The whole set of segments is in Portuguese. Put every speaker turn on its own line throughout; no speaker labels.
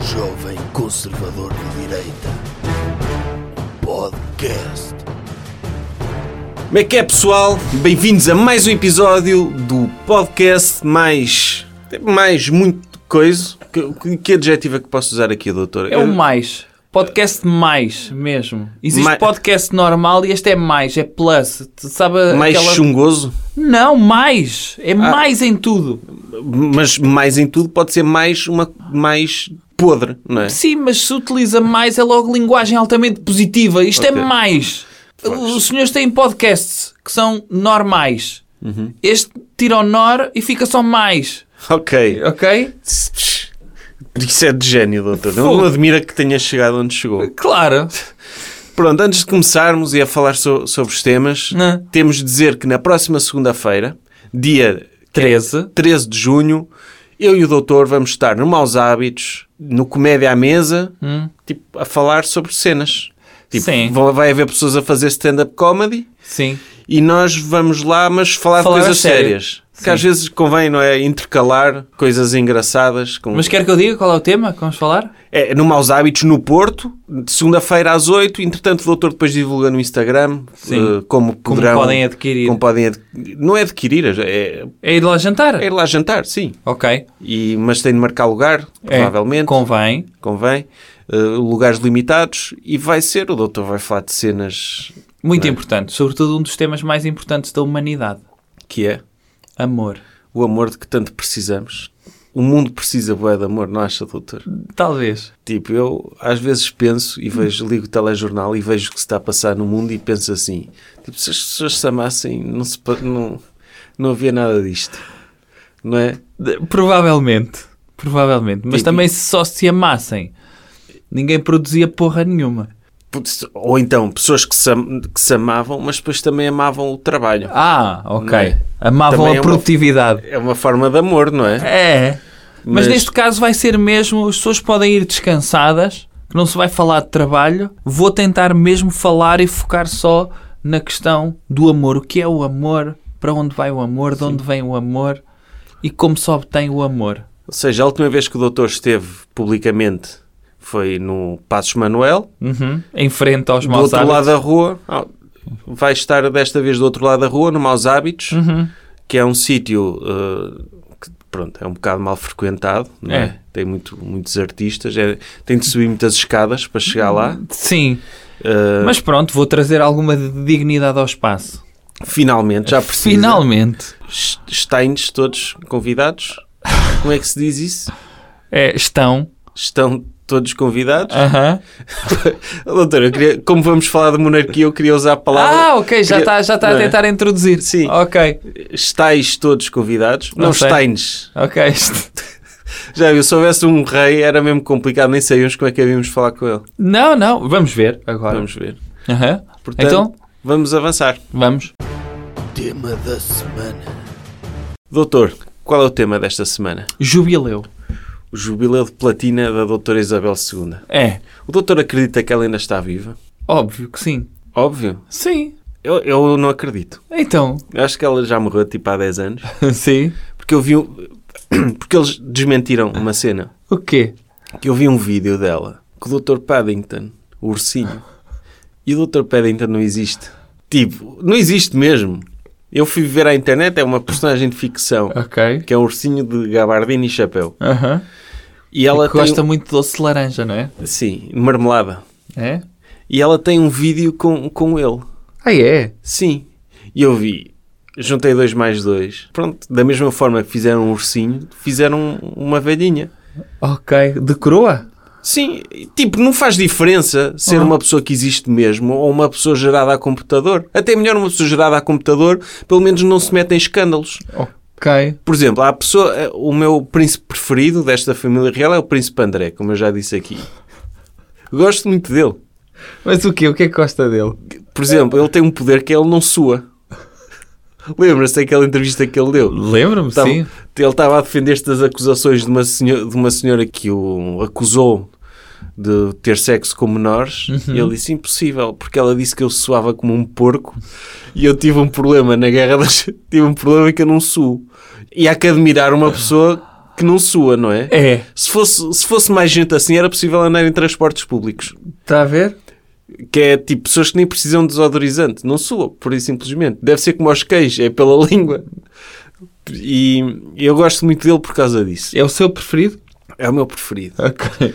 jovem conservador de direita. Podcast.
Como é que é, pessoal? Bem-vindos a mais um episódio do podcast mais. mais muito coisa. Que, que- que adjetivo é que posso usar aqui, doutor?
É o mais. Podcast mais mesmo. Existe
Ma-
podcast normal e este é mais, é plus. Tu Sabe
Eh, Mais Ah.
aquela-
chungoso,
Não, mais. É mais em tudo.
mas mais em tudo pode ser mais uma mais podre, não é?
Sim, mas se utiliza mais é logo linguagem altamente positiva. Isto
Ok.
é mais. Os senhores têm podcasts que são normais.
Uhum.
Este tira o nor e fica só mais.
Ok.
Ok?
Isso é de gênio, doutor. Não
Fogo.
me admira que tenha chegado onde chegou.
Claro.
Pronto, antes de começarmos e a falar so- sobre os temas,
Ah.
temos de dizer que na próxima segunda-feira, dia
13.
13 de junho, eu e o doutor vamos estar no Maus Hábitos, no Comédia à Mesa, tipo, a falar sobre cenas. Tipo,
Hum. Sim.
vão- vai haver pessoas a fazer stand-up comedy
Sim.
e nós vamos lá, mas falar, de
Falar a
coisas
sério.
sérias. Que às vezes convém, não é? Intercalar coisas engraçadas com.
Mas quer que eu diga qual é o tema que vamos falar?
É, no Maus Hábitos, no Porto, de segunda-feira às 8. Entretanto, o doutor depois divulga no Instagram
Sim.
eh, como,
Como
poderão,
podem adquirir.
como podem adqu- Não é adquirir, é,
É ir lá jantar?
é ir lá jantar, sim.
Ok.
E, mas tem de marcar lugar,
É,
provavelmente.
Convém.
Convém. Eh, lugares limitados. E vai ser, o doutor vai falar de cenas é?
Muito importante. Sobretudo um dos temas mais importantes da humanidade.
que é
Amor.
o amor de que tanto precisamos. O mundo precisa bué de amor, não acha, doutor?
Talvez.
Tipo, eu às vezes penso e vejo, ligo o telejornal e vejo o que se está a passar no mundo e penso assim: tipo, se as pessoas se amassem, não, se, pa- não, não havia nada disto, não é?
De- Provavelmente. Provavelmente. Mas
Tipo-
também se só se amassem, ninguém produzia porra nenhuma.
Putz, Ou então, pessoas que se, am- que se amavam, mas depois também amavam o trabalho.
Ah, ok.
Não é?
Amavam
Também é
a
uma-
produtividade.
É uma forma de amor, não é?
É. Mas,
Mas-
neste caso vai ser mesmo, as pessoas podem ir descansadas, que não se vai falar de trabalho. Vou tentar mesmo falar e focar só na questão do amor. O que é o amor? Para onde vai o amor? De onde vem o amor? E como se obtém o amor?
Ou seja, a última vez que o doutor esteve publicamente foi no Passos Manuel,
Uhum. Em frente aos
do
maus
outro
hábitos.
lado da rua. Ah, Vai estar desta vez do outro lado da rua, no Maus Hábitos.
Uhum.
que é um sítio eh, que, pronto, é um bocado mal frequentado, não é?
É.
Tem muito, muitos artistas, é- tem de subir muitas escadas para chegar lá.
Uhum. Sim,
Eh,
mas pronto, vou trazer alguma de- dignidade ao espaço.
finalmente, já precisa.
Finalmente.
Es- Steins todos convidados. Como é que se diz isso?
É, estão.
Estão todos convidados.
Aham.
Doutor, eu queria- como vamos falar de monarquia, eu queria usar a palavra
Ah, ok, já
queria-
está já tá a
não é?
tentar introduzir.
Sim.
Ok,
estáis todos convidados. Não,
Não sei.
Steins.
ok.
Já viu, se houvesse um rei era mesmo complicado, nem sabíamos como é que havíamos de falar com ele.
Não, não, vamos ver agora.
Vamos ver.
Aham.
Portanto,
Então?
vamos avançar.
Vamos.
Tema da semana.
Doutor, qual é o tema desta semana?
Jubileu.
O jubileu de platina da doutora Isabel II.
É,
O doutor acredita que ela ainda está viva?
óbvio que sim.
Óbvio.
Sim.
Eu, eu não acredito.
Então.
Eu acho que ela já morreu tipo há 10 anos.
sim.
Porque eu vi um... Porque eles desmentiram uma cena.
O quê?
Que eu vi um vídeo dela com o doutor Paddington, o ursinho. E o doutor Paddington não existe. Tipo, não existe mesmo. Eu fui ver à internet, é uma personagem de ficção.
Ok.
Que é um ursinho de gabardina e chapéu.
Aham.
E ela
É que gosta
tem... um-
muito de doce de laranja, não é?
Sim, marmelada.
É?
E ela tem um vídeo com, com ele.
Ah, é?
Sim. E eu vi. Juntei dois mais dois. Pronto, da mesma forma que fizeram um ursinho, fizeram um- uma velhinha.
Ok. De coroa?
Sim, tipo, não faz diferença ser
Ah.
uma pessoa que existe mesmo ou uma pessoa gerada a computador. Até melhor uma pessoa gerada a computador, pelo menos não se mete em escândalos.
Ok.
Por exemplo, há a pessoa, eh, o meu príncipe preferido desta família real é o príncipe André, como eu já disse aqui. Gosto muito dele.
Mas o quê? O que é que gosta dele?
Por exemplo, ele tem um poder que ele não sua. Lembra-se daquela entrevista que ele deu?
Lembro-me,
Estava-
sim.
Ele estava a defender-se das acusações de uma, senho- de uma senhora que o acusou de ter sexo com menores. E ele disse: impossível, porque ela disse que eu suava como um porco e eu tive um problema na guerra das. tive um problema que eu não suo. E há que admirar uma pessoa que não sua, não é?
É.
Se fosse, se fosse mais gente assim, era possível andar em transportes públicos.
Está Tá a ver?
Que é tipo pessoas que nem precisam de desodorizante, não suam, por aí simplesmente. Deve ser como aos queijos, é pela língua. E eu gosto muito dele por causa disso.
É o seu preferido?
É o meu preferido.
Ok.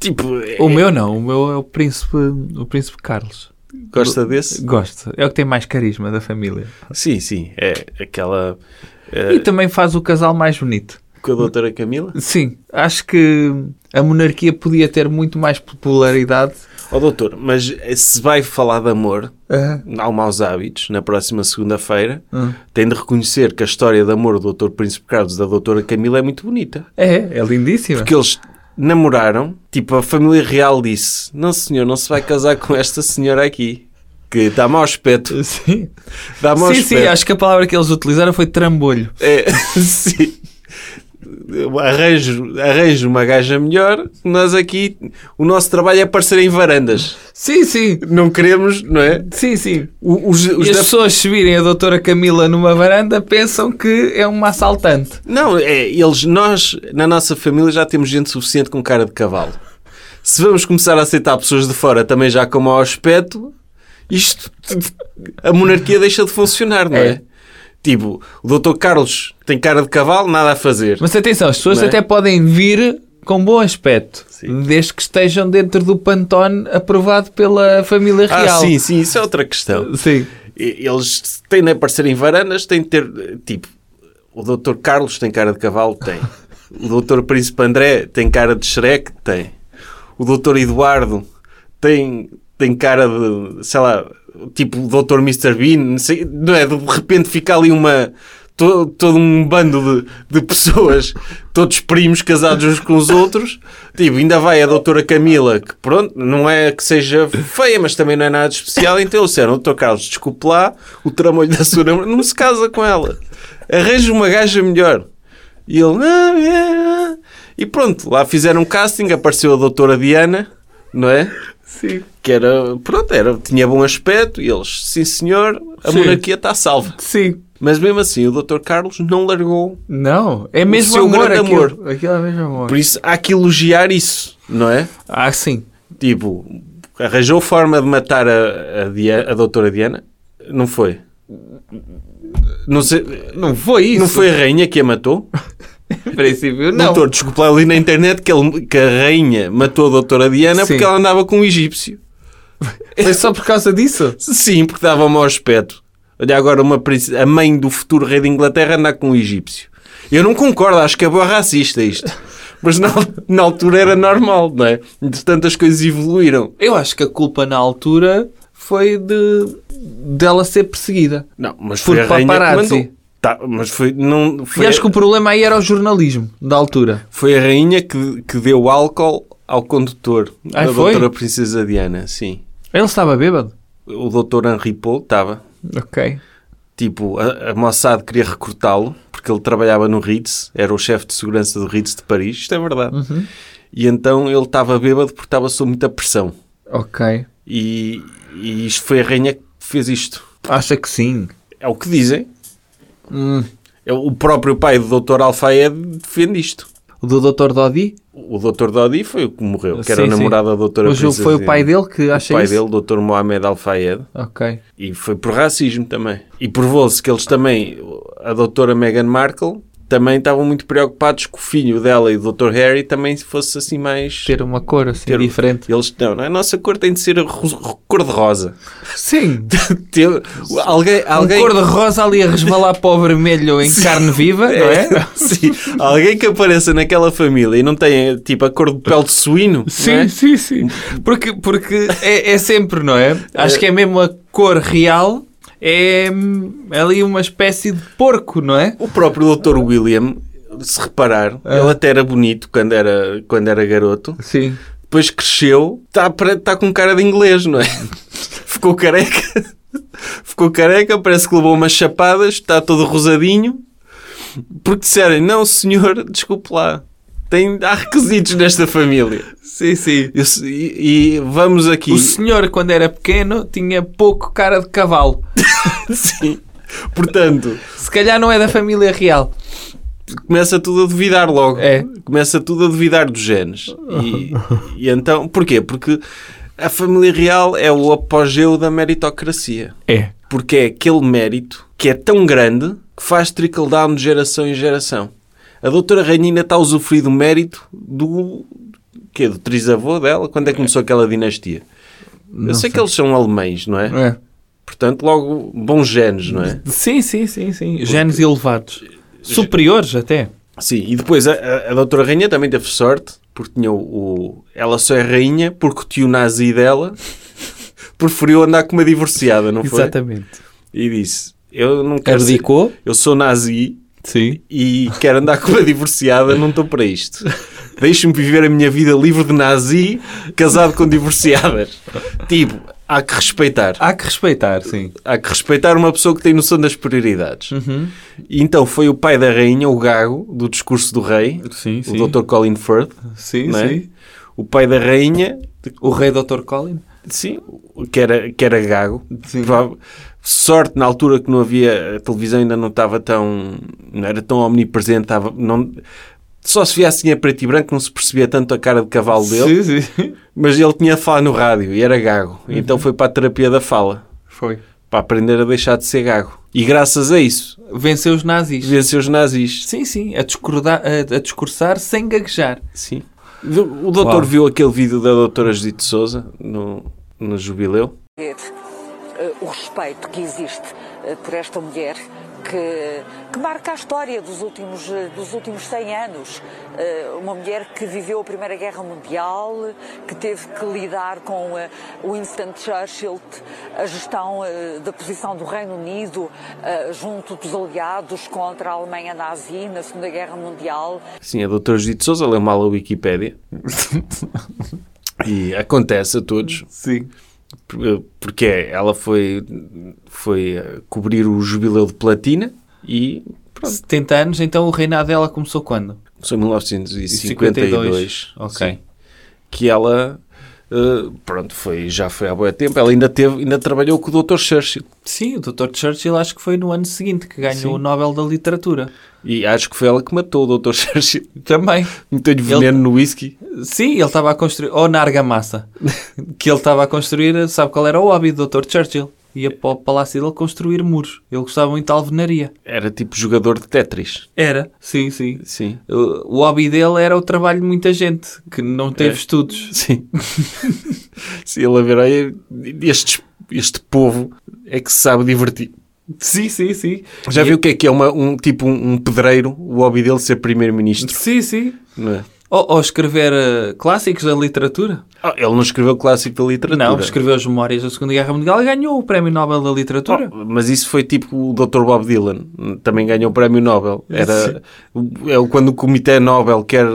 Tipo, é-
O meu não, o meu é o príncipe, o príncipe Carlos.
gosta desse?
Gosto. É o que tem mais carisma da família.
Sim, sim. É aquela. é,
E também faz o casal mais bonito.
Com a doutora Camila?
Sim, acho que a monarquia podia ter muito mais popularidade.
Ó doutor, mas eh, se vai falar de amor, há maus hábitos, na próxima segunda-feira,
Hum.
tem de reconhecer que a história de amor do doutor Príncipe Carlos e da doutora Camila é muito bonita.
É, é lindíssima.
Porque eles namoraram, tipo, a família real disse, não senhor, não se vai casar com esta senhora aqui, que dá mau aspecto,
Sim.
dá mau
sim,
aspecto.
sim, acho que a palavra que eles utilizaram foi trambolho.
É, sim. Arranjo, arranjo uma gaja melhor. Nós aqui, o nosso trabalho é aparecer em varandas.
Sim, sim.
Não queremos, não é?
Sim, sim.
O- Os, os
e as
da-
pessoas se virem a doutora Camila numa varanda pensam que é uma assaltante.
Não, é, eles, nós, na nossa família, já temos gente suficiente com cara de cavalo. Se vamos começar a aceitar pessoas de fora também já com mau aspecto, isto, a monarquia deixa de funcionar, não é?
É.
Tipo, o doutor Carlos tem cara de cavalo, nada a fazer.
Mas atenção, as pessoas
Não é?
até podem vir com bom aspecto,
Sim.
desde que estejam dentro do pantone aprovado pela família
ah,
real.
sim, sim, isso é outra questão.
Sim.
E- Eles têm de aparecer em varanas, têm de ter. eh, Tipo, o Dr. Carlos tem cara de cavalo? Tem. O Dr. Príncipe André tem cara de Shrek? Tem. O Dr. Eduardo tem, tem cara de. sei lá, tipo o Dr. Mr. Bean, não, sei, não é? De repente fica ali uma. to- Todo um bando de, de pessoas, todos primos casados uns com os outros. Tipo, ainda vai a doutora Camila, que pronto, não é que seja feia, mas também não é nada de especial. Então eles disseram, doutor Carlos, desculpe lá, o tramolho da sua namorada, não se casa com ela. Arranja uma gaja melhor. E ele, "Ah, é, é." E pronto, lá fizeram um casting, apareceu a doutora Diana, não é?
Sim.
Que era, pronto, era, tinha bom aspecto e eles, sim senhor, a
Sim.
monarquia está salva.
Sim.
Mas mesmo assim, o doutor Carlos não largou.
Não, é mesmo
seu
amor,
grande
aquilo. Aquilo é mesmo amor.
Por isso, há que elogiar isso, não é?
Ah, sim.
Tipo, arranjou forma de matar a, a, Dia- a doutora Diana? Não foi? Não sei...
Não foi isso.
Não foi a rainha que a matou?
Em princípio, não.
Doutor, desculpa lá, ali na internet que, ele- que a rainha matou a doutora Diana
Sim.
porque ela andava com um egípcio.
Foi É só por causa disso?
Sim, porque dava um mau aspecto. Olha agora uma prince- a mãe do futuro rei da Inglaterra andar com um egípcio. Eu não concordo, acho que é boa racista isto. Mas na, al- na altura era normal, não é? Entretanto as coisas evoluíram.
Eu acho que a culpa na altura foi de dela ser perseguida.
Não, mas
Por
foi a rainha
paparazzi.
que mandou. Tá, mas foi, não, foi,
E acho que o problema aí era o jornalismo da altura.
foi a rainha que, que deu álcool ao condutor
Ai,
da
Ah, foi?
doutora princesa Diana, sim.
Ele estava bêbado.
O doutor Henri Paul estava.
Ok.
Tipo, a, a Mossad queria recrutá-lo porque ele trabalhava no Ritz, era o chefe de segurança do Ritz de Paris, isto é verdade.
Uhum.
E então ele estava bêbado porque estava sob muita pressão.
Ok.
E, e isto foi a rainha que fez isto.
Acha que sim.
É o que dizem.
Hum.
É O próprio pai do Dr. Alfaed defende isto.
O do Dr. Dodi?
O Dr. Dodi foi o que morreu, que era
Sim,
o
sim.
namorado da doutora
Mas
Princesa
foi o
Diana.
pai dele que acha
O pai
isso?
dele, Dr. Mohamed Alfaed.
Ok.
E foi por racismo também. E provou-se que eles também, a doutora Meghan Markle, também estavam muito preocupados que o filho dela e o Dr. Harry também fosse assim mais...
Ter uma cor assim
ter-
diferente.
Eles, não, não, a nossa cor tem de ser ro- cor-de-rosa.
Sim.
Ter- alguém, alguém,
Um cor de rosa ali a resvalar para o vermelho em carne viva, não é?
Sim, alguém que apareça naquela família e não tenha, tipo, a cor de pele de suíno,
Sim,
não é?
sim, sim. Porque, porque é, é sempre, não é? Acho que é mesmo a cor real, é, hum, ali uma espécie de porco, não é?
O próprio Dr. William, se reparar, ele até era bonito quando era, quando era garoto.
Sim.
depois cresceu, está tá com cara de inglês, não é? Ficou careca, ficou careca, parece que levou umas chapadas, está todo rosadinho, porque disserem, não senhor, desculpe lá, tem, há requisitos nesta família.
Sim, sim.
Eu se- e, e vamos aqui,
O senhor, quando era pequeno, tinha pouco cara de cavalo.
sim, portanto,
Se calhar não é da família real.
começa tudo a duvidar logo.
É.
Começa tudo a duvidar dos genes. E, e então, porquê? Porque a família real é o apogeu da meritocracia.
É.
Porque é aquele mérito que é tão grande que faz trickle down de geração em geração. A doutora Rainina está a usufruir do mérito do, quê? do trisavô dela? Quando é que começou aquela dinastia? Eu sei, que eles são alemães, não é?
É.
Portanto, logo bons genes, não é?
Sim, sim, sim, sim. Genes elevados. Superiores até.
Sim, e depois a, a, a doutora Rainha também teve sorte, porque tinha o, o- Ela só é rainha porque o tio nazi dela preferiu andar com uma divorciada, não foi?
Exatamente.
E disse, eu não quero ser-
Abdicou.
Eu sou nazi
Sim.
e quero andar com uma divorciada, não estou para isto. Deixe-me viver a minha vida livre de nazi, casado com divorciadas. Tipo, há que respeitar.
Há que respeitar, sim.
Há que respeitar uma pessoa que tem noção das prioridades.
Uhum.
E então foi o pai da rainha, o gago, do discurso do rei,
Sim,
o Dr. Colin Firth,
Sim,
não é? o pai da rainha,
O rei Dr. Colin?
sim, que era, que era gago.
Sim.
Prova- Sorte na altura que não havia, a televisão ainda não estava tão, não era tão omnipresente, estava, não, só se via assim a preto e branco, não se percebia tanto a cara de cavalo dele,
Sim, Uhum. sim.
mas ele tinha de falar no rádio e era gago. Então foi para a terapia da fala,
Foi.
para aprender a deixar de ser gago. E graças a isso,
Venceu os nazis.
venceu os nazis.
Sim, sim. A, discorda- a- a discursar sem gaguejar.
Sim. O doutor
Uau.
viu aquele vídeo da doutora Judite Souza no, no jubileu?
ver eh, o respeito que existe eh, por esta mulher que, que marca a história dos últimos, eh, dos últimos 100 anos. Eh, Uma mulher que viveu a Primeira Guerra Mundial, que teve que lidar com eh, Winston Churchill, a gestão eh, da posição do Reino Unido eh, junto dos aliados contra a Alemanha nazi na Segunda Guerra Mundial.
Sim, a doutora Judite Souza leu mal a Wikipédia. e acontece a todos,
Sim.
por- porque ela foi, foi eh, cobrir o jubileu de platina e pronto,
70 anos, então o reinado dela começou quando?
foi em 1952.
Ok.
Sim. que ela... eh, pronto, foi, já foi há bom tempo. Ela ainda, teve, ainda trabalhou com o Dr. Churchill.
Sim, o Dr. Churchill acho que foi no ano seguinte que ganhou o Nobel da Literatura.
E acho que foi ela que matou o Dr. Churchill.
Também.
Meteu-lhe veneno no whisky.
Sim, ele estava a construir. Ou na argamassa. que ele estava a construir. Sabe qual era o hobby do Dr. Churchill? Ia para o palácio dele construir muros. Ele gostava muito de alvenaria.
Era tipo jogador de Tetris.
Era. Sim, sim.
Sim.
O o hobby dele era o trabalho de muita gente que não teve
É.
estudos.
Sim. Se ele a ver, olha, este, este povo é que se sabe divertir.
Sim, sim, sim.
Já viu o que é que é uma, um, tipo um, um pedreiro, o hobby dele ser primeiro-ministro?
Sim, sim.
não é?
Ou, ou escrever eh, clássicos da literatura.
Ah, ele não escreveu clássico da literatura.
Não, escreveu as memórias da Segunda Guerra Mundial e ganhou o Prémio Nobel da Literatura.
Oh, mas isso foi tipo o Dr. Bob Dylan, também ganhou o prémio Nobel. Era é o- quando o Comitê Nobel quer,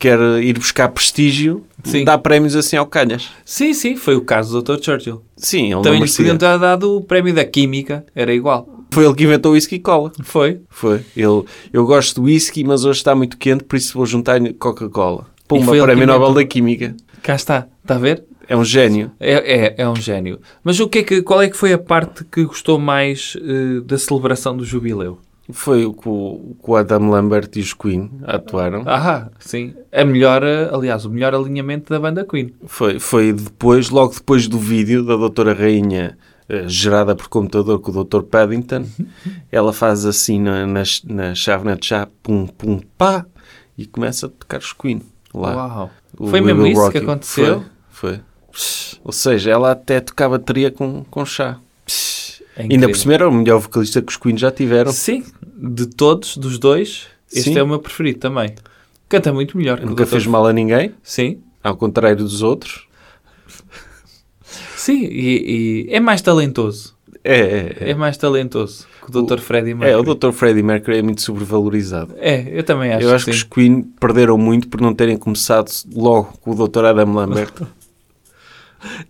quer ir buscar prestígio,
Sim.
dá prémios assim ao calhas.
Sim, sim, foi o caso do Dr. Churchill.
Sim, ele não
Também lhe
merecia.
podiam ter dado o Prémio da Química, era igual.
Foi ele que inventou o whisky e cola.
Foi.
Foi. Ele, eu gosto de whisky, mas hoje está muito quente, por isso vou juntar Coca-Cola. Pumba,
foi ele
prémio
que
Nobel
inventou.
da Química.
Cá está, está a ver?
É um gênio.
É, é, é um gênio. Mas o que é que, qual é que foi a parte que gostou mais eh, da celebração do jubileu?
Foi o que o, que o Adam Lambert e os Queen atuaram.
Ah, sim. A melhor, eh, aliás, o melhor alinhamento da banda Queen.
Foi, foi depois, logo depois do vídeo da Doutora Rainha, eh, gerada por computador com o Dr. Paddington. Ela faz assim na, na, ch- na chave na chá, pum, pum, pá, e começa a tocar os Queen. Lá.
Uau.
O
Foi
We
mesmo
Will
isso
Rock
que
You.
aconteceu?
Foi. foi. Ou seja, ela até tocava bateria com, com chá.
É
Ainda
incrível.
por cima era o melhor vocalista que os Queen já tiveram.
Sim, de todos, dos dois, este
Sim.
é o meu preferido também. Canta muito melhor que o
Nunca
Dr.
fez mal a ninguém,
Sim,
ao contrário dos outros.
sim, e, e é mais talentoso.
É, é,
É,
é.
mais talentoso que o Dr. Freddie
É, o
Mercury.
Dr. Freddie Mercury é muito sobrevalorizado.
É, eu também acho,
Eu acho
que,
que os
sim.
Queen perderam muito por não terem começado logo com o Dr. Adam Lambert.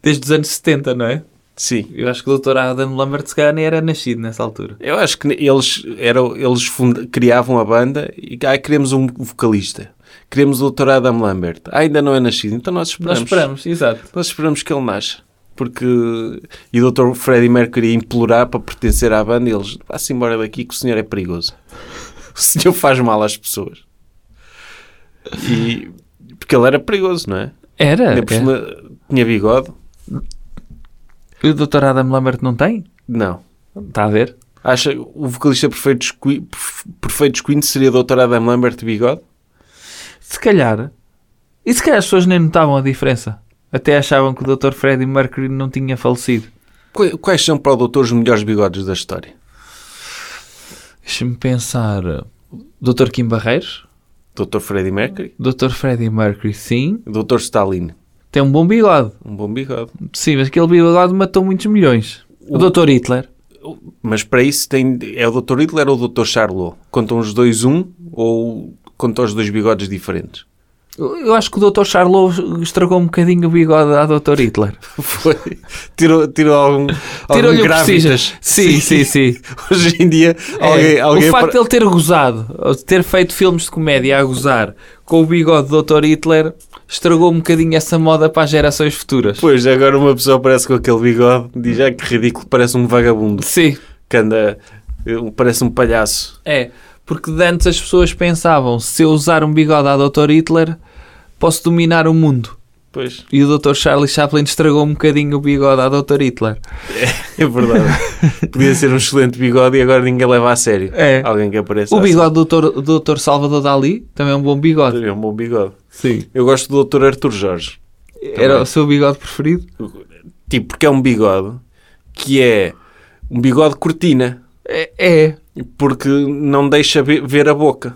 Desde os anos 70, não é?
Sim.
Eu acho que o Dr. Adam Lambert se calhar nem era nascido nessa altura.
Eu acho que eles, eram, eles funda- criavam a banda e ah, queremos um vocalista. Queremos o Dr. Adam Lambert. Ah, ainda não é nascido, então nós
Nós
esperamos.
esperamos, exato.
Nós esperamos que ele nasça. Porque. E o Dr. Freddie Mercury implorar para pertencer à banda e eles. Vá-se embora daqui que o senhor é perigoso. o senhor faz mal às pessoas. E, porque ele era perigoso, não é?
Era.
Ainda por
era.
cima, tinha bigode?
E o Dr. Adam Lambert não tem?
Não.
Está a ver?
Acha o vocalista perfeito dos Queen, perf- perfeito dos Queen seria Dr. Adam Lambert de bigode?
Se calhar. E se calhar as pessoas nem notavam a diferença. Até achavam que o Dr. Freddie Mercury não tinha falecido.
Qu- Quais são para o doutor os melhores bigodes da história?
Deixa-me pensar. Dr. Kim Barreiros?
Dr. Freddie Mercury?
Dr. Freddie Mercury, sim.
Dr. Stalin?
Tem um bom bigode.
Um bom bigode.
Sim, mas aquele bigode matou muitos milhões. O Dr. Hitler?
Mas para isso tem, é o Dr. Hitler ou o Dr. Charlot? Contam os dois um ou contam os dois bigodes diferentes?
Eu eu acho que o Dr. Charlot estragou um bocadinho o bigode à Dr. Hitler.
Foi. Tirou, tirou algum, algum
Tirou-lhe o
grávidas.
prestígio. Sim, sim, sim.
Hoje em dia,
É,
alguém, alguém
o facto
para-
de ele ter gozado, ou de ter feito filmes de comédia a gozar com o bigode do Dr. Hitler, estragou um bocadinho essa moda para as gerações futuras.
Pois, agora uma pessoa aparece com aquele bigode diz, ah, que ridículo, parece um vagabundo
Sim,
que anda, eh, parece um palhaço.
é. Porque de antes as pessoas pensavam, se eu usar um bigode a Dr. Hitler, posso dominar o mundo.
Pois,
E o Dr. Charlie Chaplin estragou um bocadinho o bigode a Dr. Hitler.
é verdade. Podia ser um excelente bigode e agora ninguém leva a sério.
É.
Alguém que assim. aparece
O bigode do Dr. do Dr. Salvador Dali também é um bom bigode.
É um bom bigode.
Sim.
Eu gosto do Dr. Arthur Jorge.
Era o seu bigode preferido?
Tipo, porque é um bigode que é um bigode cortina,
É. é.
porque não deixa ve- ver a boca.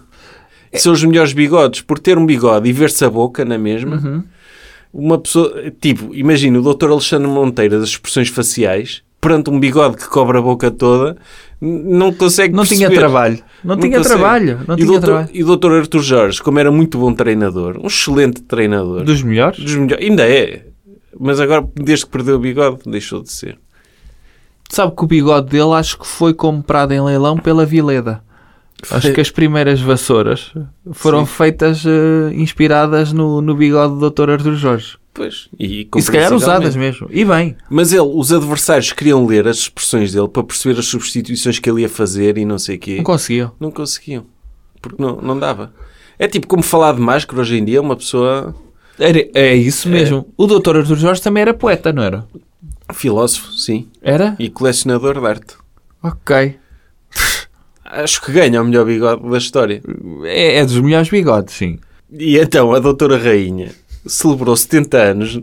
É-
São os melhores bigodes. Por ter um bigode e ver-se a boca na mesma,
Uhum.
uma pessoa... Tipo, imagina o Dr. Alexandre Monteiro das expressões faciais, perante um bigode que cobre a boca toda, n- não consegue
Não tinha
perceber.
trabalho. Não, tinha
consegue.
trabalho. Não
e
tinha
o doutor,
trabalho.
E o Dr. Arthur Jorge, como era muito bom treinador, um excelente treinador,
Dos melhores?
dos melhores- Ainda é. Mas agora, desde que perdeu o bigode, deixou de ser.
Sabe que o bigode dele acho que foi comprado em leilão pela Vileda. Acho
Foi.
que as primeiras vassouras foram feitas eh, inspiradas no, no bigode do Dr. Arthur Jorge.
Pois. E,
E se calhar usadas mesmo. E bem.
Mas ele, os adversários queriam ler as expressões dele para perceber as substituições que ele ia fazer e não sei o quê.
Não conseguiam.
Não conseguiam. Porque não, não dava. É tipo como falar de máscara hoje em dia, é uma pessoa
Era- é isso mesmo. O Dr. Arthur Jorge também era poeta, não era?
filósofo, sim,
Era?
e colecionador de arte.
Ok.
Acho que ganha o melhor bigode da história.
É, é dos melhores bigodes, sim.
E então a doutora Rainha celebrou 70 anos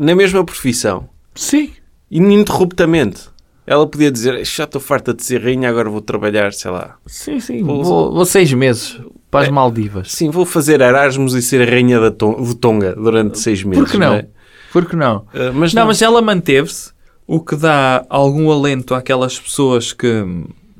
na mesma profissão.
Sim.
ininterruptamente. Ela podia dizer, já estou farta de ser rainha, agora vou trabalhar, sei lá.
Sim, sim. Vou, É. vou seis meses para as Maldivas.
Sim, vou fazer Erasmus e ser rainha da Ton- de Tonga durante seis meses.
Por que não?
é?
Por que não?
Ah, mas
não,
não.
mas ela manteve-se, o que dá algum alento àquelas pessoas que,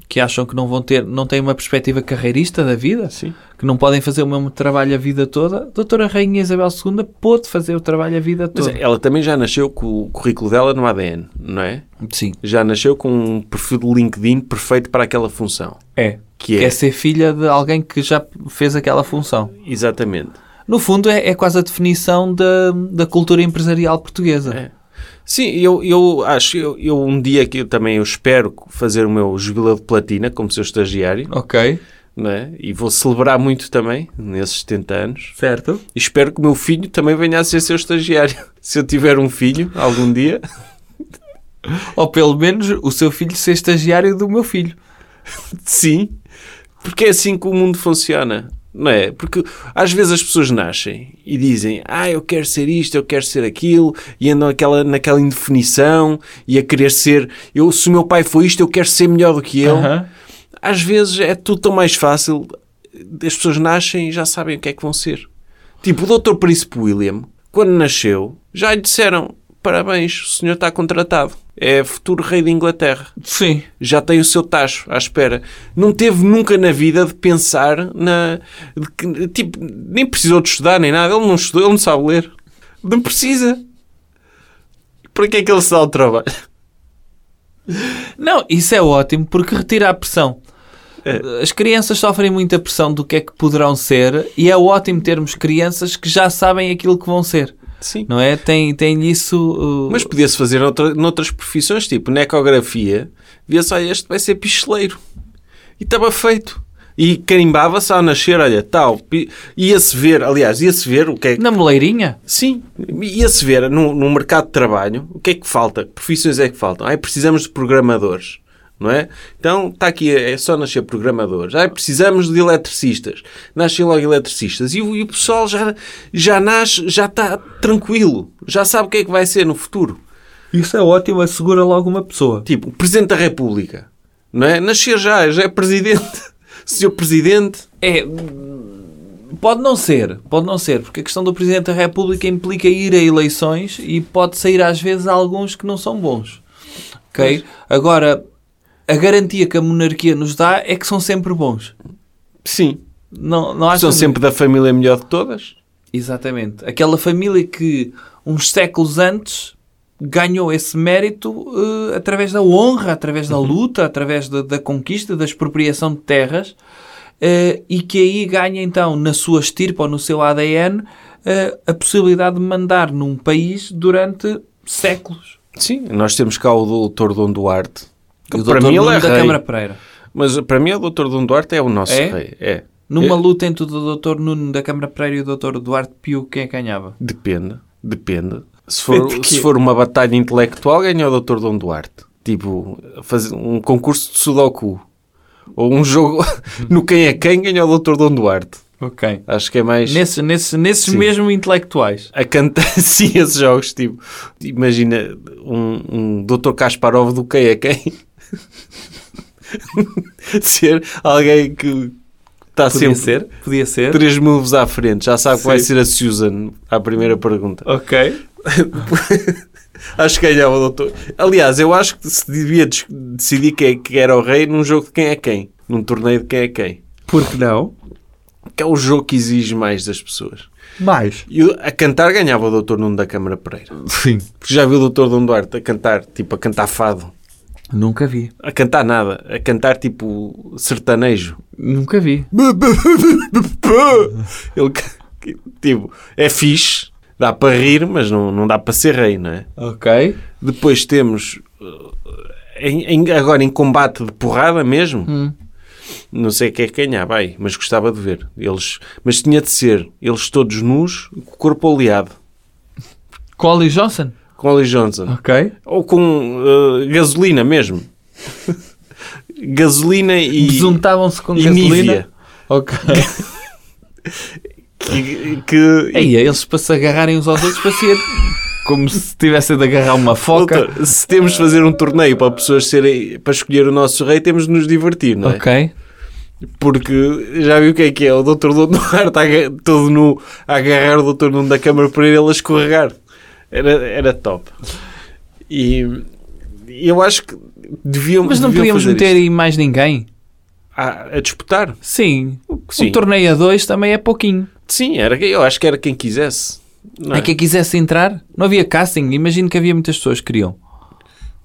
que acham que não vão ter, não têm uma perspectiva carreirista da vida,
Sim.
que não podem fazer o mesmo trabalho a vida toda. A doutora Rainha Isabel II pôde fazer o trabalho a vida
Mas é-
toda.
ela também já nasceu com o currículo dela no ADN, não é?
Sim.
Já nasceu com um perfil de LinkedIn perfeito para aquela função.
É.
Que é.
é ser filha de alguém que já fez aquela função.
Exatamente.
No fundo, é, é quase a definição da, da cultura empresarial portuguesa.
É. Sim, eu, eu acho, eu, eu um dia que eu também eu espero fazer o meu jubileu de platina como seu estagiário,
Ok.
não é? E vou celebrar muito também nesses 70 anos.
Certo.
E espero que o meu filho também venha a ser seu estagiário. Se eu tiver um filho algum dia,
Ou pelo menos o seu filho ser estagiário do meu filho.
sim. Porque é assim que o mundo funciona, não é? Porque às vezes as pessoas nascem e dizem ah, eu quero ser isto, eu quero ser aquilo, e andam aquela, naquela indefinição e a querer ser, eu, se o meu pai foi isto, eu quero ser melhor do que ele.
Aham.
Às vezes é tudo tão mais fácil, as pessoas nascem e já sabem o que é que vão ser. Tipo, o Dr. Príncipe William, quando nasceu, já lhe disseram: parabéns, o senhor está contratado. É futuro rei de Inglaterra.
Sim.
Já tem o seu tacho à espera. Não teve nunca na vida de pensar na. de que- tipo, nem precisou de estudar nem nada. Ele não estudou, ele não sabe ler. Não precisa. Para que é que ele se dá o trabalho?
Não, isso é ótimo porque retira a pressão. As crianças sofrem muita pressão do que é que poderão ser e é ótimo termos crianças que já sabem aquilo que vão ser,
Sim.
não é? Tem, tem isso. uh,
Mas podia-se fazer noutra- noutras profissões, tipo na ecografia, via só este vai ser picheleiro. E estava feito. E carimbava-se ao nascer, olha, tal. pi- Ia-se ver, aliás, ia-se ver o que é que.
Na moleirinha?
Sim, ia-se ver no, no mercado de trabalho o que é que falta, que profissões é que faltam. Ai, precisamos de programadores, não é? Então está aqui, é só nascer programadores. Ai, precisamos de eletricistas. Nascem logo eletricistas. E, o- e o pessoal já, já nasce, já está tranquilo, já sabe o que é que vai ser no futuro.
Isso é ótimo, assegura logo uma pessoa.
Tipo, o Presidente da República, não é? Nascer já, já é Presidente. Senhor Presidente,
É. Pode não ser, pode não ser, porque a questão do Presidente da República implica ir a eleições e pode sair às vezes alguns que não são bons. Ok? Agora, a garantia que a monarquia nos dá é que são sempre bons.
sim.
Não, não há
São
dúvida.
sempre da família melhor de todas.
Exatamente. Aquela família que uns séculos antes ganhou esse mérito eh, através da honra, através da luta, através da, da conquista, da expropriação de terras eh, e que aí ganha então na sua estirpa ou no seu ADN eh, a possibilidade de mandar num país durante séculos.
Sim, nós temos cá o doutor Dom Duarte. Que
E o
para
Dr.
mim ele
Nuno
é
da
rei.
Câmara Pereira.
Mas para mim o doutor Dom Duarte é o nosso
É?
rei. É.
Numa
É-
luta entre o Dr. Nuno da Câmara Pereira e o Dr. Duarte Pio, quem é que ganhava?
Depende. Depende. Se
Depende É de
for,
quê?
se for uma batalha intelectual, ganha o doutor Dom Duarte. Tipo, fazer um concurso de sudoku. Ou um jogo no quem é quem, ganha o doutor Dom Duarte.
Ok.
Acho que é mais...
Nesses, nesses, nesses
Sim.
mesmo intelectuais.
a cantar sim esses jogos, tipo, imagina um, um Dr. Kasparov do quem é quem ser alguém que está
Podia
sempre
ser? Podia ser.
3 moves à frente, já sabe que vai
Sim.
ser a Susan à primeira pergunta.
Ok.
Acho que ganhava o doutor. Aliás, eu acho que se devia des- decidir quem é que era o rei num jogo de quem é quem, num torneio de quem é quem,
Porque não?
que é o jogo que exige mais das pessoas.
Mais.
E o- a cantar ganhava o doutor Nuno da Câmara Pereira.
Sim.
Porque já viu o Dr. Dom Duarte a cantar, tipo, a cantar fado.
Nunca vi.
A cantar nada. A cantar, tipo, sertanejo.
Nunca vi.
Ele, ca- que- tipo, é fixe. Dá para rir, mas não, não dá para ser rei, não é?
Ok.
Depois temos... uh, em- em- agora, em combate de porrada mesmo, não sei quem é que ganhava aí, mas gostava de ver. Eles, mas tinha de ser, eles todos nus, com o corpo oleado,
Collie Johnson.
com Ollie Johnson.
Ok.
Ou com eh, gasolina mesmo. gasolina e,
Besuntavam-se com
e
gasolina.
Nívea.
Ok.
Que, que-
Aí, é eles para se agarrarem uns aos outros para ser como se tivessem de agarrar uma foca.
Doutor, se temos de fazer um torneio para pessoas serem para escolher o nosso rei, temos de nos divertir, não é?
Ok.
Porque já viu o que é que é? O doutor Nuno Duarte a aga- todo nu a agarrar o doutor Nuno da Câmara para ele a escorregar. Era, era top. E eu acho que deviam
Mas não
deviam
podíamos
fazer
meter
isto. Ah,
aí mais ninguém?
a, a disputar.
Sim.
Sim.
Um torneio a dois também é pouquinho.
Sim, era, eu acho que era quem quisesse. não
É.
é?
que quisesse entrar, não havia casting. Imagino que havia muitas pessoas que queriam.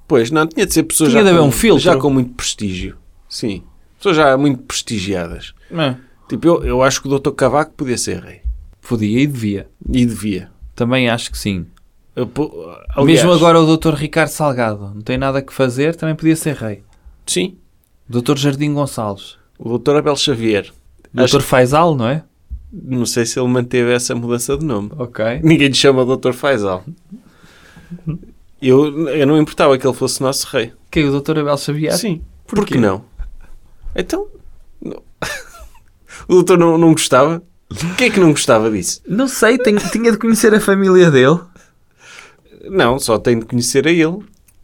Pois, não, tinha de ser pessoas
Tinha
já,
de haver
com,
um filtro.
já com muito prestígio. Sim. Pessoas já muito prestigiadas.
é?
Tipo, eu, eu acho que o Dr. Cavaco podia ser rei.
Podia e devia.
E devia.
Também acho que sim.
Eu po- aliás,
Mesmo agora o Dr. Ricardo Salgado, não tem nada que fazer, também podia ser rei.
Sim. Dr.
Dr. Jardim Gonçalves.
O Dr. Abel Xavier. Acho
Dr. Faisal, não é?
que- não sei se ele manteve essa mudança de nome.
Ok.
Ninguém lhe chama Dr. Faisal. Eu, eu não importava que ele fosse nosso rei.
Que é o Dr. Abel Xavier?
Sim. Por que não? Então. não. o doutor não, não gostava? Quem é que não gostava disso?
Não sei, tenho- tinha de conhecer a família dele.
Não, só tem de conhecer a ele.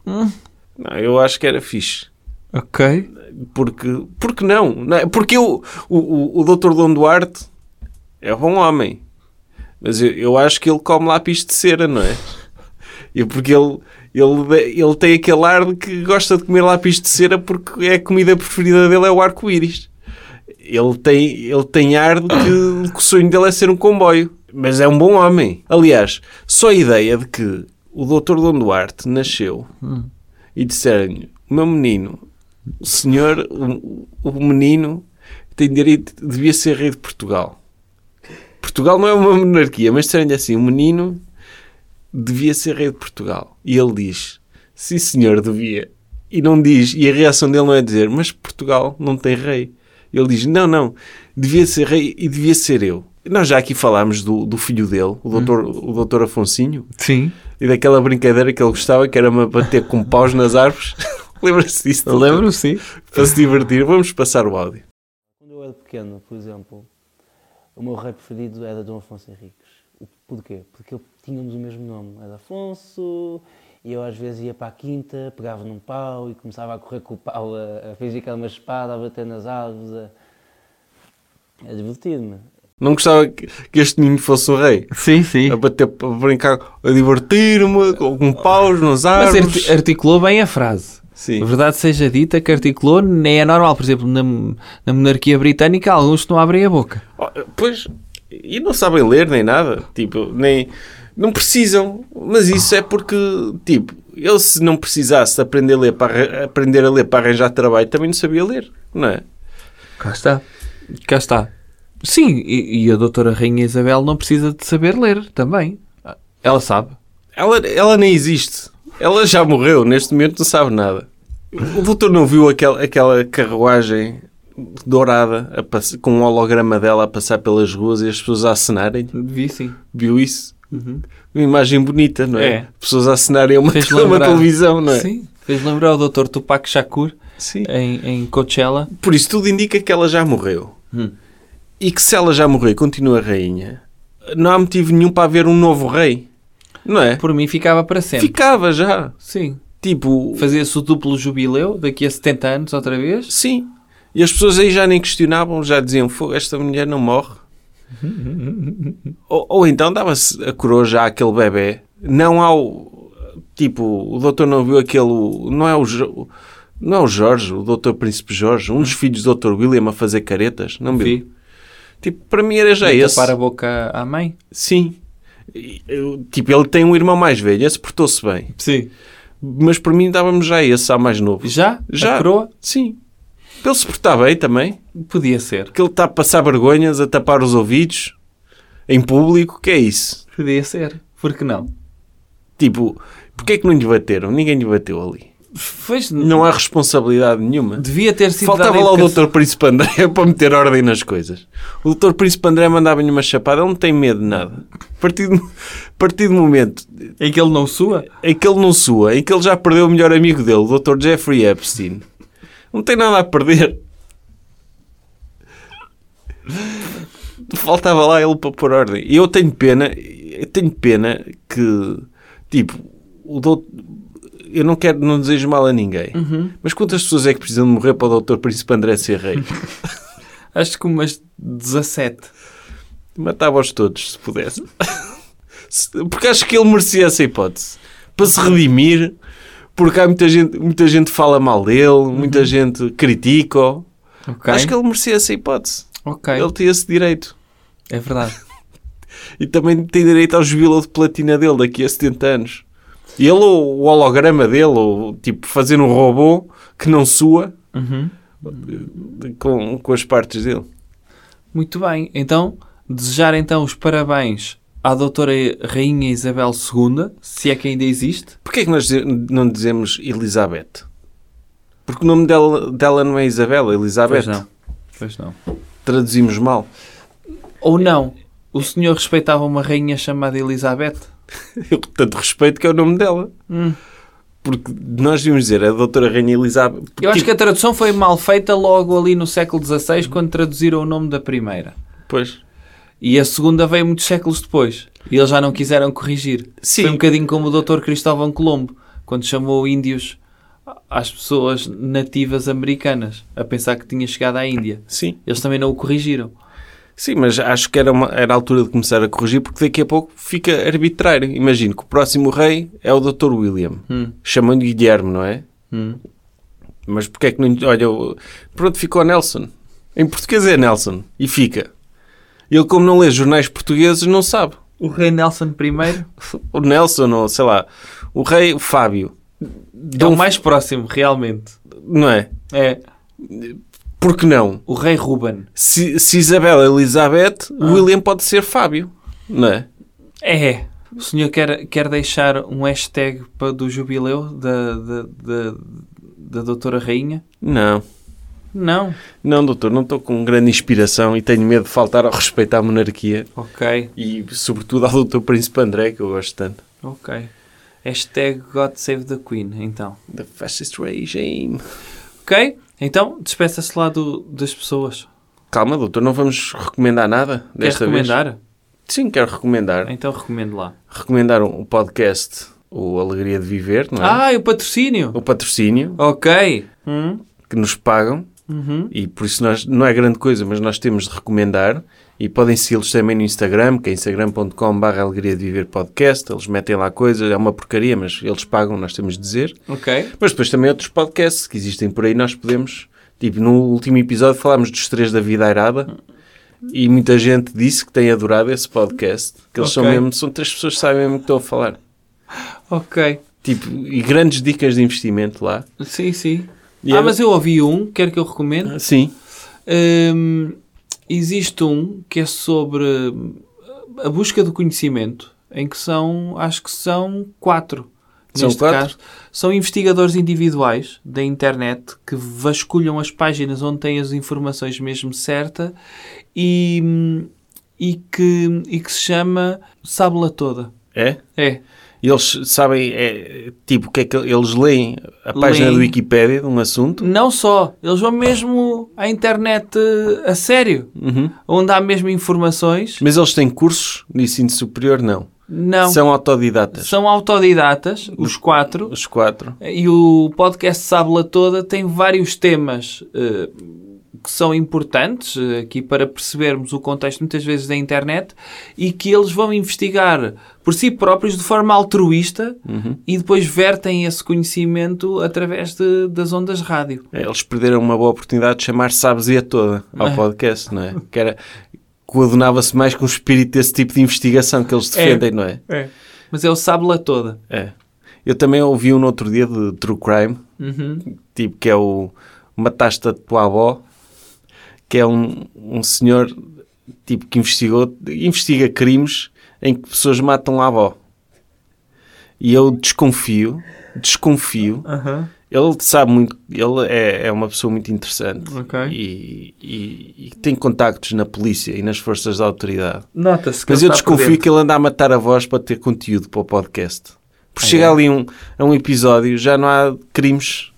Hum.
Não, eu acho que era fixe.
Ok.
Porque, porque não? Não é- Porque eu, o, o, o Dr. Dom Duarte é bom homem. Mas eu, eu acho que ele come lápis de cera, não é? E porque ele, ele, ele tem aquele ar de que gosta de comer lápis de cera porque é a comida preferida dele é o arco-íris. Ele tem, ele tem ar de que, de que o sonho dele é ser um comboio. Mas é um bom homem. Aliás, só a ideia de que o Dr. Dom Duarte nasceu e disseram-lhe: Meu menino, o senhor, o, o menino, tem direito, devia ser rei de Portugal. Portugal não é uma monarquia, mas disseram-lhe assim: O menino devia ser rei de Portugal. E ele diz: Sim, senhor, devia. E não diz, e a reação dele não é dizer: Mas Portugal não tem rei. Ele diz: Não, não, devia ser rei e devia ser eu. Nós já aqui falámos do, do filho dele, o doutor, o doutor Afonsinho,
Sim.
e daquela brincadeira que ele gostava, que era ma- bater com paus nas árvores. Lembra-se disso? doutor?
Lembro-me, sim.
Para se divertir. Vamos passar o áudio.
Quando eu era pequeno, por exemplo, o meu rei preferido era Dom Afonso Henriques. O- Porquê? Porque ele- tínhamos o mesmo nome. Era Afonso, e eu às vezes ia para a quinta, pegava num pau e começava a correr com o pau, a, a fingir que era uma espada, a bater nas árvores, a, a divertir-me.
Não gostava que que este menino fosse o rei.
Sim, sim.
A bater, a brincar, a divertir-me, com com paus nas
Mas
árvores.
arti- articulou bem a frase.
Sim.
A verdade seja dita que articulou nem é normal. Por exemplo, na, na monarquia britânica, alguns não abrem a boca.
Oh, Pois, e não sabem ler nem nada, tipo, nem não precisam, mas isso é porque, tipo, ele se não precisasse de aprender a ler para, arran- aprender a ler para arranjar trabalho, também não sabia ler, não é?
Cá está. Cá está. Sim, e, e a doutora Rainha Isabel não precisa de saber ler também. Ela sabe.
Ela, ela nem existe, ela já morreu, neste momento não sabe nada. O doutor não viu aquela, aquela carruagem dourada a pass- com um holograma dela a passar pelas ruas e as pessoas a acenarem?
Vi sim.
Viu isso? Uma imagem bonita, não é?
Uhum. É.
Pessoas a acenarem a uma,
Fez
a uma
lembrar.
televisão, não é?
Sim. Fez lembrar o doutor Tupac Shakur
Sim.
em, em Coachella.
Por isso tudo indica que ela já morreu.
Hum.
E que se ela já morreu e continua rainha, não há motivo nenhum para haver um novo rei. Não é?
Por mim ficava para sempre.
Ficava já.
Sim.
Tipo,
Fazia-se o duplo jubileu daqui a 70 anos outra vez.
sim. E as pessoas aí já nem questionavam, já diziam, "Fogo, esta mulher não morre. ou, ou então dava-se a coroa já àquele bebê. Não ao... Tipo, o doutor não viu aquele... Não é o... Jo- Não é o Jorge, o doutor Príncipe Jorge, um dos filhos do Dr. William a fazer caretas, não viu?
Vi.
Tipo, para mim era já
De
esse.
Tapar a boca à mãe.
Sim. E, eu, tipo, ele tem um irmão mais velho, esse portou-se bem.
Sim.
Mas para mim dávamos já esse, há mais novo.
Já?
Já.
A coroa?
Sim. Para ele se portar bem também.
Podia ser.
Que ele está a passar vergonhas, a tapar os ouvidos, em público, que é isso?
Podia ser. Por que não?
Tipo, porquê é que não lhe bateram? Ninguém lhe bateu ali.
Pois,
Não há responsabilidade nenhuma.
Devia ter sido
Faltava
dada
lá o
educação.
doutor Príncipe André para meter ordem nas coisas. O doutor Príncipe André mandava-lhe uma chapada, ele não tem medo de nada. A partir do- a partir do momento
É que ele não sua?
em que ele não sua, em que ele já perdeu o melhor amigo dele, o Dr. Jeffrey Epstein. Não tem nada a perder. Faltava lá ele para pôr ordem. E eu tenho pena, eu tenho pena que, tipo, o doutor... Eu não quero, não desejo mal a ninguém. Mas quantas pessoas é que precisam de morrer para o Dr. Príncipe André ser rei?
Acho que umas 17.
Matava-os todos, se pudesse. Se- Porque acho que ele merecia essa hipótese. Para se redimir, porque há muita gente, muita gente fala mal dele, muita gente critica-o.
Ok.
Acho que ele merecia essa hipótese.
Ok.
Ele tem esse direito.
É verdade.
E também tem direito ao jubileu de platina dele daqui a 70 anos. Ele ou o holograma dele, ou tipo fazer um robô que não sua
Uhum.
com, com as partes dele.
Muito bem. Então, desejar então os parabéns à doutora Rainha Isabel II, se é que ainda existe.
Porquê é que nós dize- não dizemos Elizabeth? Porque o nome dela, dela não é Isabela, é Elizabeth.
Pois não. Pois não.
Traduzimos mal.
Ou não. O senhor respeitava uma rainha chamada Elizabeth?
Eu tanto respeito que é o nome dela.
Hum.
Porque nós devíamos dizer é a doutora Rainha Elizabeth.
Eu acho
Tipo,
que a tradução foi mal feita logo ali no século XVI, quando traduziram o nome da primeira.
Pois.
E a segunda veio muitos séculos depois. E eles já não quiseram corrigir.
Sim.
Foi um bocadinho como o Dr. Cristóvão Colombo, quando chamou índios às pessoas nativas americanas, a pensar que tinha chegado à Índia.
Sim.
Eles também não o corrigiram.
Sim, mas acho que era, uma- era a altura de começar a corrigir, porque daqui a pouco fica arbitrário. Imagino que o próximo rei é o Dr. William. Chamando Guilherme, não é? Mas porque é que não. Olha, o- pronto, ficou Nelson. Em português é Nelson. E fica. Ele, como não lê jornais portugueses, não sabe.
O rei Nelson I
O Nelson, ou sei lá. O rei, o Fábio.
é
Dom
o mais próximo, realmente.
Não é?
É
Porque não?
o rei Ruben.
Se, se Isabela é Elizabeth, William pode ser Fábio. Não é?
É. O senhor quer, quer deixar um hashtag para, do jubileu da, da, da, da doutora rainha?
Não.
Não.
Não, doutor, não estou com grande inspiração e tenho medo de faltar ao respeito à monarquia
Ok,
e, sobretudo, ao doutor Príncipe André, que eu gosto tanto.
ok. Hashtag God Save the Queen, então.
The fascist regime.
Ok? Então, despeça-se lá do, das pessoas.
Calma, doutor, não vamos recomendar nada desta
Quer recomendar?
vez? Sim, quero recomendar.
Então recomendo lá.
Recomendar um podcast, o Alegria de Viver, não é?
Ah, e o patrocínio?
O patrocínio
Ok. Hum,
que nos pagam
uhum.
e por isso nós, não é grande coisa, mas nós temos de recomendar e podem segui-los também no Instagram, que é instagram.com.br alegria de viver podcast, eles metem lá coisas, é uma porcaria, mas eles pagam, nós temos de dizer.
Ok.
Mas depois também outros podcasts que existem por aí, nós podemos, tipo, no último episódio falámos dos três da vida airada e muita gente disse que tem adorado esse podcast, que eles são
Ok.
mesmo, são três pessoas que sabem mesmo o que estou a falar.
Ok.
Tipo, e grandes dicas de investimento lá.
Sim, sim.
E
Ah,
eu-
mas eu ouvi um, quero que eu recomendo.
Sim.
Hum, existe um que é sobre a busca do conhecimento, em que são, acho que são quatro.
São
neste
quatro?
caso. são investigadores individuais da internet que vasculham as páginas onde têm as informações mesmo certa e, e, que, e que se chama Sábula Toda.
É?
É,
E eles sabem, é, tipo, o que é que eles leem a página
Leem.
do Wikipédia de um assunto?
não só, eles vão mesmo à internet eh, a sério,
Uhum.
onde há mesmo informações.
Mas eles têm cursos de ensino superior? Não.
Não.
São autodidatas.
São autodidatas, os quatro,
Os quatro.
e o podcast Sábula Toda tem vários temas eh, que são importantes eh, aqui para percebermos o contexto, muitas vezes, da internet e que eles vão investigar por si próprios de forma altruísta
Uhum.
e depois vertem esse conhecimento através de- das ondas de rádio.
É, Eles perderam uma boa oportunidade de chamar Sabes-ia toda ao podcast, não é? Que era... Coadunava-se mais com o espírito desse tipo de investigação que eles defendem, não é?
Mas é o Sábula Toda.
É. Eu também ouvi um no outro dia de True Crime, tipo que é o Mataste a tua avó, que é um, um senhor tipo que investigou, investiga crimes em que pessoas matam a avó. E eu desconfio, desconfio. Ele sabe muito, ele é, é uma pessoa muito interessante
Ok.
e, e- e tem contactos na polícia e nas forças da autoridade.
Nota-se
Mas eu desconfio que ele anda a matar a voz para ter conteúdo para o podcast.
Ah,
Porque
é?
chega ali um, a um episódio, já não há crimes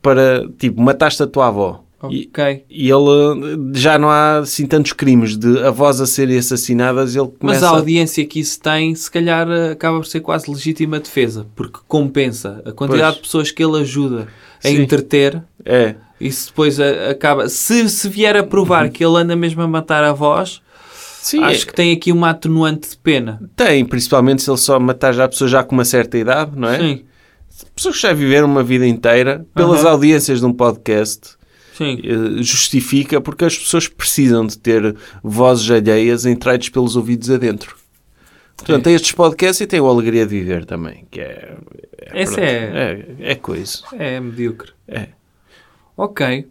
para, tipo, mataste a tua avó.
Oh.
E,
Ok.
e ele eh, já não há assim tantos crimes de avós a serem assassinadas. Ele começa
Mas a audiência que isso tem, se calhar, eh, acaba por ser quase legítima defesa, porque compensa a quantidade
Pois.
de pessoas que ele ajuda a
Sim.
entreter.
É,
Isso depois a- acaba. Se, se vier a provar que ele anda mesmo a matar a voz,
Uhum. sim, é.
acho que tem aqui uma atenuante de pena.
tem, principalmente se ele só matar já pessoas já com uma certa idade, não é?
Sim,
Pessoas que já viveram uma vida inteira, pelas
Aham.
audiências de um podcast,
sim.
eh, justifica porque as pessoas precisam de ter vozes alheias entradas pelos ouvidos adentro.
É.
Portanto, tem estes podcasts e tem o Alegria de Viver também, que é... é
Esse
pronto,
é-
é... É coisa.
É medíocre.
É.
Ok.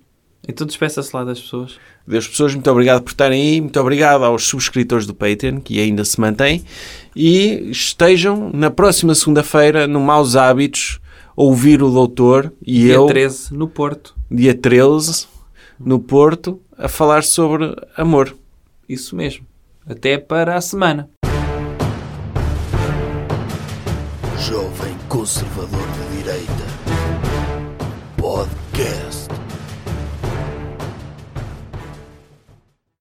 Então despeça-se lá das pessoas.
Deus, pessoas, muito obrigado por estarem aí, muito obrigado aos subscritores do Patreon, que ainda se mantêm, e estejam na próxima segunda-feira no Maus Hábitos, ouvir o doutor e
Dia
eu,
13, no Porto.
dia 13, no Porto, a falar sobre amor.
Isso mesmo. Até para a semana.
Jovem Conservador de Direita.